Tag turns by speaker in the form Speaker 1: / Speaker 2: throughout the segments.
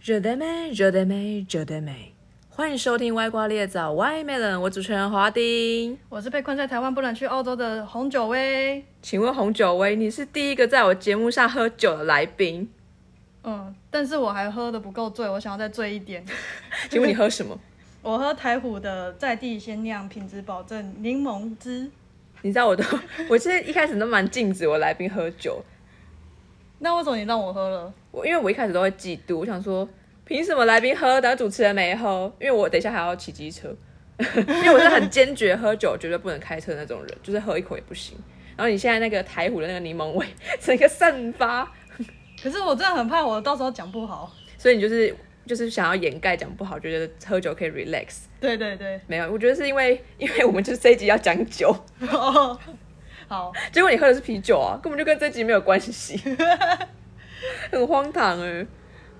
Speaker 1: 热得美，热得美，热得美！欢迎收听《歪瓜裂枣》外面人，我主持人华丁。
Speaker 2: 我是被困在台湾不能去澳洲的红酒薇。
Speaker 1: 请问红酒威，你是第一个在我节目上喝酒的来宾，
Speaker 2: 嗯，但是我还喝的不够醉，我想要再醉一点。
Speaker 1: 请问你喝什 么？
Speaker 2: 我喝台虎的在地鲜酿，品质保证，柠檬汁。
Speaker 1: 你知道我都，我其实一开始都蛮禁止我来宾喝酒，
Speaker 2: 那为什么你让我喝了？
Speaker 1: 我因为我一开始都会嫉妒，我想说凭什么来宾喝，然后主持人没喝？因为我等一下还要骑机车， 因为我是很坚决喝酒绝对不能开车那种人，就是喝一口也不行。然后你现在那个台虎的那个柠檬味，整个散发，
Speaker 2: 可是我真的很怕我到时候讲不好。
Speaker 1: 所以你就是就是想要掩盖讲不好，觉得喝酒可以 relax。
Speaker 2: 对对对，
Speaker 1: 没有，我觉得是因为 因为我们就是这一集要讲酒，
Speaker 2: 哦，好，
Speaker 1: 结果你喝的是啤酒啊，根本就跟这集没有关系， 很荒唐哎、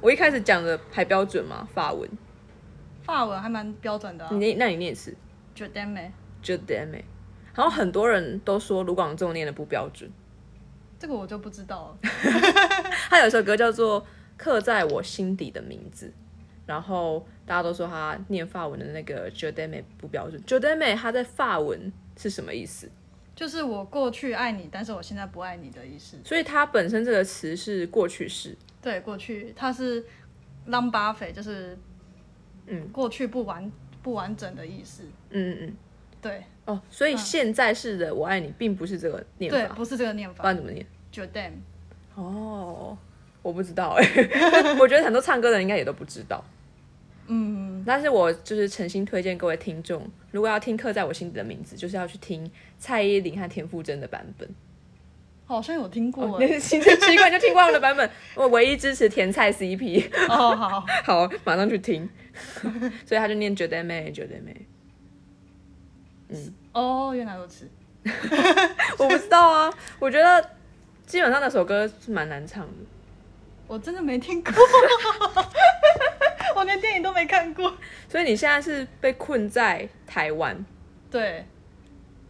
Speaker 1: 我一开始讲的还标准吗？法文，
Speaker 2: 法文还蛮标准的、啊
Speaker 1: 你。念那你念一次
Speaker 2: 觉得没？
Speaker 1: j u d a m e 然后很多人都说卢广仲念的不标准，
Speaker 2: 这个我就不知道了。
Speaker 1: 他有一首歌叫做《刻在我心底的名字》，然后大家都说他念法文的那个 j u d a m e 不标准 j u d a m e 他在法文是什么意思？
Speaker 2: 就是我过去爱你，但是我现在不爱你的意思。
Speaker 1: 所以它本身这个词是过去式，
Speaker 2: 对，过去它是 l a m b a f e 就是
Speaker 1: 嗯
Speaker 2: 过去不完不完整的意思。
Speaker 1: 嗯嗯
Speaker 2: 对
Speaker 1: 嗯，哦，所以现在式的“我爱你”并不是这个念
Speaker 2: 对，
Speaker 1: 法，
Speaker 2: 不是这个念
Speaker 1: 不然
Speaker 2: 法。
Speaker 1: 怎么念？
Speaker 2: 觉得没
Speaker 1: 哦，我不知道 哎、我觉得很多唱歌的人应该也都不知道。嗯，但是我就是诚心推荐各位听众，如果要听《刻在我心底的名字》，就是要去听蔡依林和田馥甄的版本。
Speaker 2: 哦
Speaker 1: 哦
Speaker 2: 好像有听 过
Speaker 1: 你
Speaker 2: 哎。
Speaker 1: 行政习惯就听过我的版本， 我唯一支持甜菜 CP。
Speaker 2: 哦，好，
Speaker 1: 好，马上去听。 所以他就念绝对妹，绝对妹。
Speaker 2: 哦，原来如此。
Speaker 1: 我不知道啊，我觉得基本上那首歌是蛮难唱的。
Speaker 2: 我真的没听过， 我连电影都没看过。
Speaker 1: 所以你现在是被困在台湾，
Speaker 2: 对，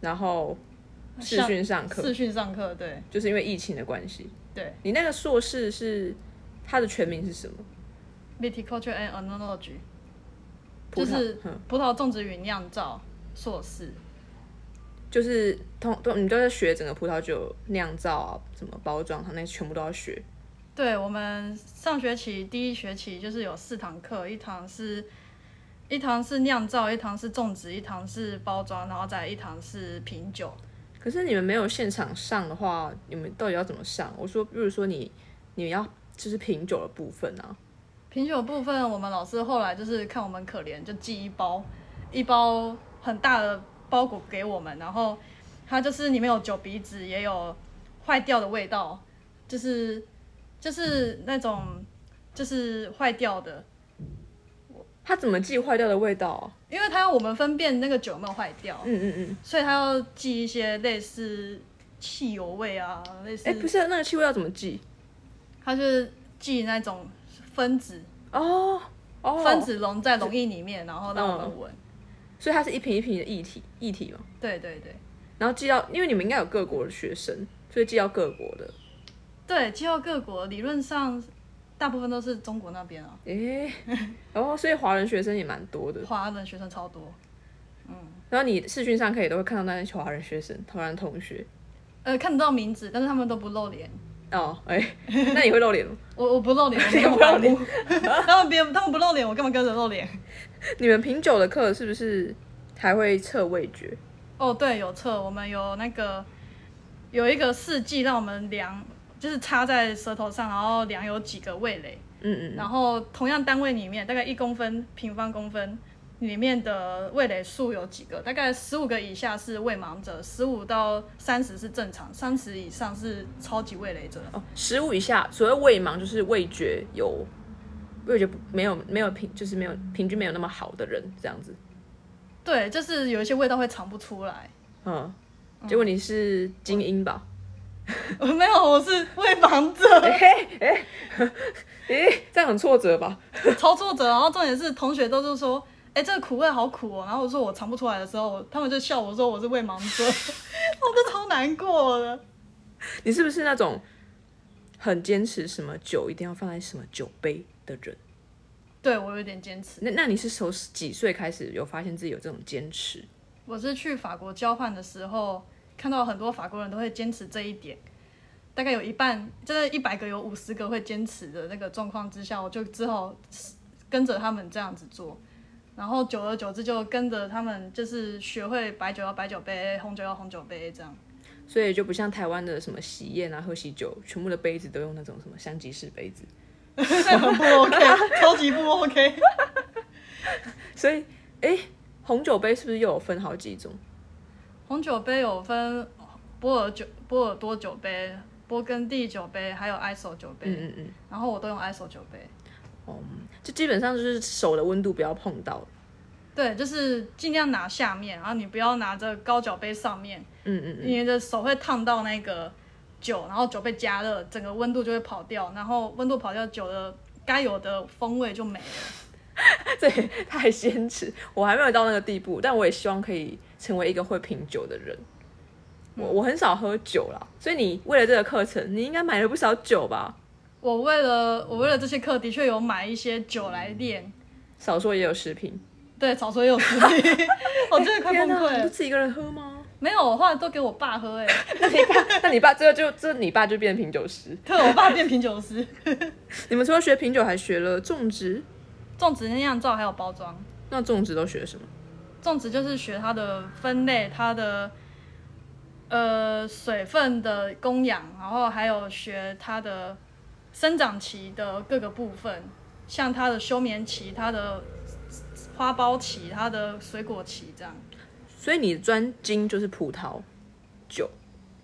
Speaker 1: 然后视
Speaker 2: 上
Speaker 1: 讯上课
Speaker 2: 视，讯上课，对
Speaker 1: 就是因为疫情的关系。
Speaker 2: 对
Speaker 1: 你那个硕士是它的全名是什么？
Speaker 2: ，Viticulture and Enology，
Speaker 1: 葡
Speaker 2: 就
Speaker 1: 萄
Speaker 2: 是
Speaker 1: 嗯
Speaker 2: 葡萄种植与酿造硕士。
Speaker 1: 就是通都你都在学整个葡萄酒酿造啊，什么包装，它那全部都要学。
Speaker 2: 对我们上学期第一学期就是有四堂课，一堂是，一堂是酿造，一堂是种植，一堂是包装，然后再一堂是品酒。
Speaker 1: 可是你们没有现场上的话，你们到底要怎么上？我说，比如说你你要就是品酒的部分啊，
Speaker 2: 品酒部分，我们老师后来就是看我们可怜，就寄一包一包很大的包裹给我们，然后它就是里面有酒鼻子，也有坏掉的味道，就是就是那种就是坏掉的，
Speaker 1: 它怎么寄坏掉的味道啊、
Speaker 2: 因为它要我们分辨那个酒有没有坏掉，
Speaker 1: 嗯嗯嗯。
Speaker 2: 所以它要寄一些类似汽油味啊，类似
Speaker 1: 哎、，不是那个气味要怎么记？
Speaker 2: 它就是寄那种分子，
Speaker 1: 哦哦，嗯
Speaker 2: 分，子溶在溶液里面，然后让我们闻。
Speaker 1: 所以它是一瓶一瓶的液体液体嘛，
Speaker 2: 对对对。
Speaker 1: 然后寄到，因为你们应该有各国的学生，所以寄到各国的。
Speaker 2: 对，气候各国理论上大部分都是中国那边啊，
Speaker 1: 哎、 哦，所以华人学生也蛮多的。
Speaker 2: 华人学生超多。
Speaker 1: 然后你视讯上课也都会看到那些华人学生、台湾同学。
Speaker 2: 呃，看得到名字，但是他们都不露脸。
Speaker 1: 哦，哎、 那你会露脸吗？
Speaker 2: 我我不露脸，我没 有
Speaker 1: 不露
Speaker 2: 白
Speaker 1: 脸
Speaker 2: 目。 他们别人他们不露脸，我干嘛跟着露脸？
Speaker 1: 你们品酒的课是不是还会测味觉？
Speaker 2: 哦，对，有测，我们有那个有一个试剂让我们量，就是插在舌头上，然后量有几个味蕾，
Speaker 1: 嗯嗯
Speaker 2: 然后同样单位里面，大概一公分平方公分里面的味蕾数有几个？大概十五个以下是味盲者，十五到三十是正常，三十以上是超级味蕾者。
Speaker 1: 嗯，哦，十五以下，所谓味盲就是味觉有味觉不没有没有平，就是没有平均没有那么好的人这样子。
Speaker 2: 对，就是有一些味道会尝不出来。
Speaker 1: 嗯，结果你是精英吧？
Speaker 2: 我没有，我是味盲者，
Speaker 1: 诶、 这样很挫折吧？
Speaker 2: 超作者。然后重点是同学都是说。哎、这个苦味好苦哦！然后我说我尝不出来的时候，他们就笑我说我是味盲者， 我都超难过的。
Speaker 1: 你是不是那种很坚持什么酒一定要放在什么酒杯的人？
Speaker 2: 对我有点坚持。
Speaker 1: 那那你是从几岁开始有发现自己有这种坚持？
Speaker 2: 我是去法国交换的时候，看到很多法国人都会坚持这一点，大概有一半，这一百个有五十个会坚持的那个状况之下，我就只好跟着他们这样子做，然后久而久之就跟着他们，就是学会白酒要白酒杯，红酒要红酒杯这样。
Speaker 1: 所以就不像台湾的什么喜宴啊、喝喜酒，全部的杯子都用那种什么香吉士杯子。
Speaker 2: 这很不 OK，超级不 OK。
Speaker 1: 所以，哎，红酒杯是不是又有分好几种？
Speaker 2: 红酒杯有分波尔酒、波尔多酒杯、勃艮第酒杯，还有 ISO 酒杯。
Speaker 1: 嗯嗯嗯，
Speaker 2: 然后我都用 ISO 酒杯。
Speaker 1: 就基本上就是手的温度不要碰到。
Speaker 2: 对，就是尽量拿下面，然后你不要拿着高脚杯上面，
Speaker 1: 嗯嗯嗯，
Speaker 2: 你的手会烫到那个酒，然后酒被加热，整个温度就会跑掉，然后温度跑掉，酒的该有的风味就没了。
Speaker 1: 这也太坚持，我还没有到那个地步，但我也希望可以成为一个会品酒的人。我我很少喝酒啦，所以你为了这个课程，你应该买了不少酒吧？
Speaker 2: 我为了我为了这些课的确有买一些酒来练，
Speaker 1: 少说也有十瓶。
Speaker 2: 对，早说也有 实力，我真的快
Speaker 1: 天
Speaker 2: 崩
Speaker 1: 哪
Speaker 2: 溃
Speaker 1: 你
Speaker 2: 了
Speaker 1: 就。自己一个人喝吗？
Speaker 2: 没有，我后来都给我爸喝、欸，哎，
Speaker 1: 那你爸， 那你爸最后就这，你爸就变成品酒师。
Speaker 2: 对我爸变品酒师，
Speaker 1: 你们除了学品酒，还学了种植。
Speaker 2: 种植酿造还有包装。
Speaker 1: 那种植都学什么？
Speaker 2: 种植就是学它的分类，它的呃水分的供养，然后还有学它的生长期的各个部分，像它的休眠期、它的花苞期、它的水果期这样。
Speaker 1: 所以你专精就是葡萄酒，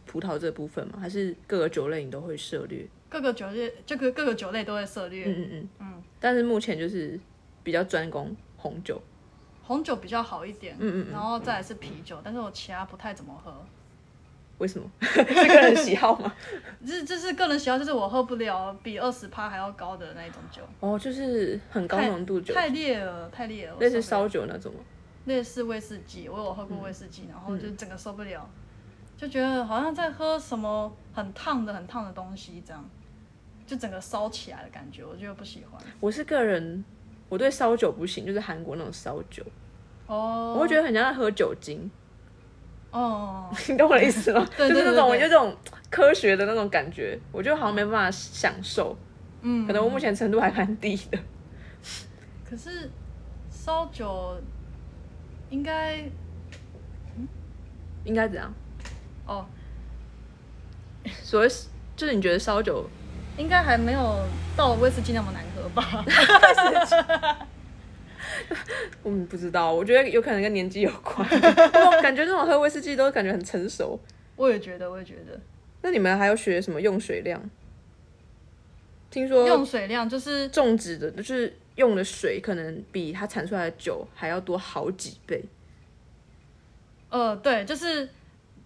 Speaker 1: 葡萄这部分吗？还是各个酒类你都会涉猎？
Speaker 2: 各个酒类，这个各个酒类都会涉猎。
Speaker 1: 嗯嗯嗯嗯。但是目前就是比较专攻红酒。
Speaker 2: 红酒比较好一点，
Speaker 1: 嗯嗯嗯
Speaker 2: 然后再来是啤酒，但是我其他不太怎么喝。
Speaker 1: 为什么？ 是个人喜好吗？
Speaker 2: 这这是个人喜好，就是我喝不了比二十趴还要高的那一种酒，
Speaker 1: 哦，就是很高浓度酒，
Speaker 2: 太烈了，太烈了，我
Speaker 1: 类似
Speaker 2: 受不了
Speaker 1: 烧嗯酒那种吗？
Speaker 2: 类似威士忌，我有喝过威士忌，然后就整个受不了，就觉得好像在喝什么很烫的、很烫的东西，这样就整个烧起来的感觉，我就不喜欢。
Speaker 1: 我是个人，我对烧酒不行，就是韩国那种烧酒，
Speaker 2: 哦，
Speaker 1: 我会觉得很像在喝酒精，
Speaker 2: 哦，
Speaker 1: 你懂我的意思 吗？
Speaker 2: 对对
Speaker 1: 就是那种
Speaker 2: 对对
Speaker 1: 有种科学的那种感觉，我就好像没办法享受，
Speaker 2: 嗯，
Speaker 1: 可能我目前程度还蛮低的。
Speaker 2: 可是烧酒应该
Speaker 1: 应该怎样？
Speaker 2: 哦，
Speaker 1: 所谓就是你觉得烧酒，
Speaker 2: 应该还没有到威士忌那么难喝吧？
Speaker 1: 嗯，不知道，我觉得有可能跟年纪有 关。我感觉那种喝威士忌都感觉很成熟。
Speaker 2: 我也觉得，我也觉得
Speaker 1: 那你们还要学什么用水量？听说
Speaker 2: 用水量就是
Speaker 1: 种植的，就是用的水可能比它产出来的酒还要多好几倍。
Speaker 2: 呃，对，就是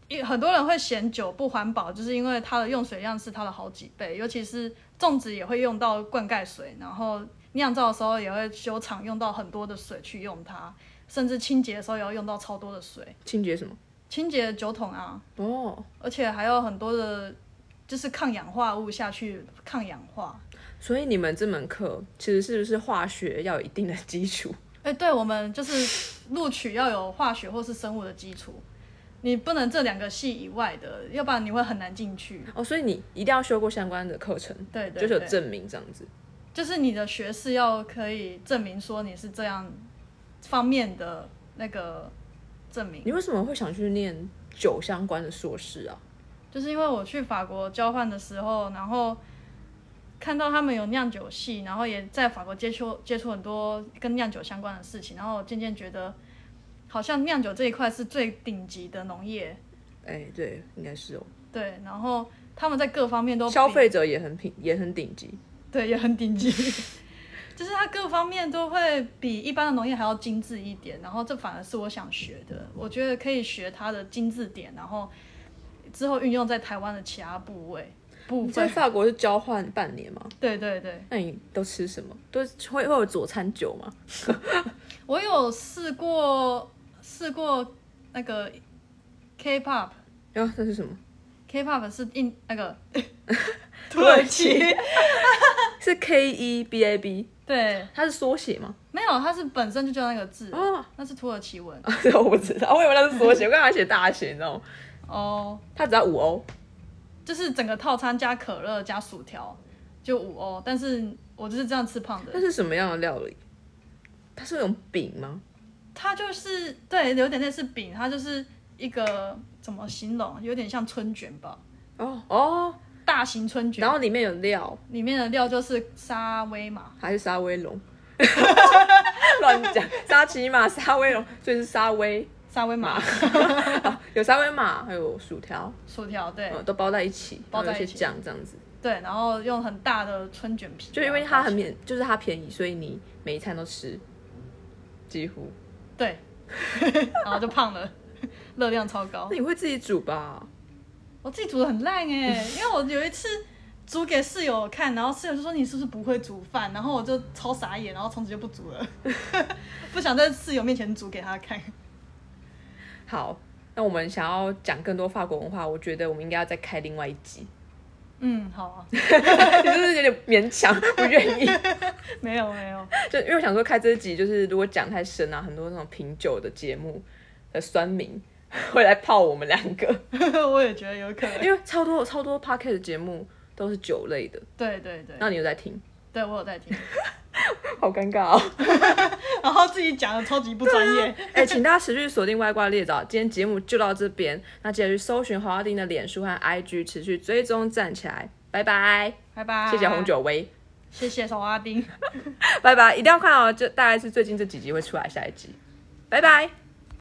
Speaker 2: 一很多人会嫌酒不环保，就是因为它的用水量是它的好几倍，尤其是种植也会用到灌溉水，然后酿造的时候也会修厂用到很多的水去用它，甚至清洁的时候也要用到超多的水，
Speaker 1: 清洁什么？
Speaker 2: 清洁酒桶啊，
Speaker 1: 哦，
Speaker 2: 而且还有很多的，就是抗氧化物下去抗氧化。
Speaker 1: 所以你们这门课其实是不是化学要有一定的基础？
Speaker 2: 哎、对我们就是录取要有化学或是生物的基础，你不能这两个系以外的，要不然你会很难进去。
Speaker 1: 哦，所以你一定要修过相关的课程，
Speaker 2: 对对对，
Speaker 1: 就是有证明这样子。
Speaker 2: 就是你的学士要可以证明说你是这样方面的那个证明，
Speaker 1: 你为什么会想去念酒相关的硕士啊？
Speaker 2: 就是因为我去法国交换的时候，然后看到他们有酿酒系，然后也在法国接触接触很多跟酿酒相关的事情，然后我渐渐觉得好像酿酒这一块是最顶级的农业，
Speaker 1: 哎、对，应该是哦。
Speaker 2: 对，然后他们在各方面都比
Speaker 1: 消费者也很品，也很顶级。
Speaker 2: 对，也很顶级。 就是它各方面都会比一般的农业还要精致一点，然后这反而是我想学的。我觉得可以学它的精致点，然后之后运用在台湾的其他部位部
Speaker 1: 你在
Speaker 2: 分。
Speaker 1: 法国是交换半年吗？
Speaker 2: 对对对，
Speaker 1: 那你都吃什么？都会会有佐餐酒吗？
Speaker 2: 我有试过试过那个 K-pop。
Speaker 1: 然、后这是什么？
Speaker 2: K-pop 是 印那个
Speaker 1: 土耳其是 K E B A B
Speaker 2: 对，
Speaker 1: 它是缩写吗？
Speaker 2: 没有，它是本身就叫那个字，
Speaker 1: 啊，
Speaker 2: 那是土耳其文。
Speaker 1: 这我不知道，我以为那是缩写，我刚才写大写，你知道吗？
Speaker 2: 哦，
Speaker 1: 它只要五欧，
Speaker 2: 就是整个套餐加可乐加薯条就五欧，但是我就是这样吃胖
Speaker 1: 它
Speaker 2: 的。
Speaker 1: 是什么样的料理？它是那种饼吗？
Speaker 2: 它就是对，有点类似饼，它就是一个怎么形容，有点像春卷吧，
Speaker 1: 哦哦，
Speaker 2: 大型春卷
Speaker 1: 然，后里面有料，
Speaker 2: 里面的料就是沙威 玛，
Speaker 1: 还是沙威龙？乱讲，沙琪玛、沙威龙，所以是沙威，啊
Speaker 2: 沙威玛
Speaker 1: 有沙威玛，还有薯条，
Speaker 2: 薯条，对、
Speaker 1: 嗯，都包在一起，
Speaker 2: 包在
Speaker 1: 然后有
Speaker 2: 一
Speaker 1: 一些
Speaker 2: 起
Speaker 1: 酱这样子。
Speaker 2: 对，然后用很大的春卷皮，
Speaker 1: 就因为它很便，就是它便宜，所以你每一餐都吃，几乎。
Speaker 2: 对，然后就胖了， 热量超高
Speaker 1: 那。你会自己煮吧？
Speaker 2: 我自己煮的很烂哎、 因为我有一次煮给室友看，然后室友就说你是不是不会煮饭，然后我就超傻眼，然后从此就不煮了， 不想在室友面前煮给他看。
Speaker 1: 好，那我们想要讲更多法国文化，我觉得我们应该要再开另外一集。
Speaker 2: 嗯，好啊，
Speaker 1: 你就是有点勉强，不愿意。
Speaker 2: 没有没有，
Speaker 1: 就因为我想说开这一集，就是如果讲太深啊，很多那种品酒的节目的酸民会来泡我们两个，
Speaker 2: 我也觉得有可能。
Speaker 1: 因为超多超多 p o c k e t 节目都是酒类的，
Speaker 2: 对对对
Speaker 1: 然，后你又在听，
Speaker 2: 对我有在听，
Speaker 1: 好尴尬哦。
Speaker 2: 然后自己讲的超级不专业。
Speaker 1: 哎、请大家持续锁定外挂猎枣。今天节目就到这边，那记得去搜寻黄浩丁的脸书和 IG，持续追踪站起来，拜拜。
Speaker 2: 拜拜，
Speaker 1: 谢谢红，酒威，
Speaker 2: 谢谢小阿丁。
Speaker 1: 拜拜，一定要看哦，就大概是最近这几集会出来下一集，拜拜。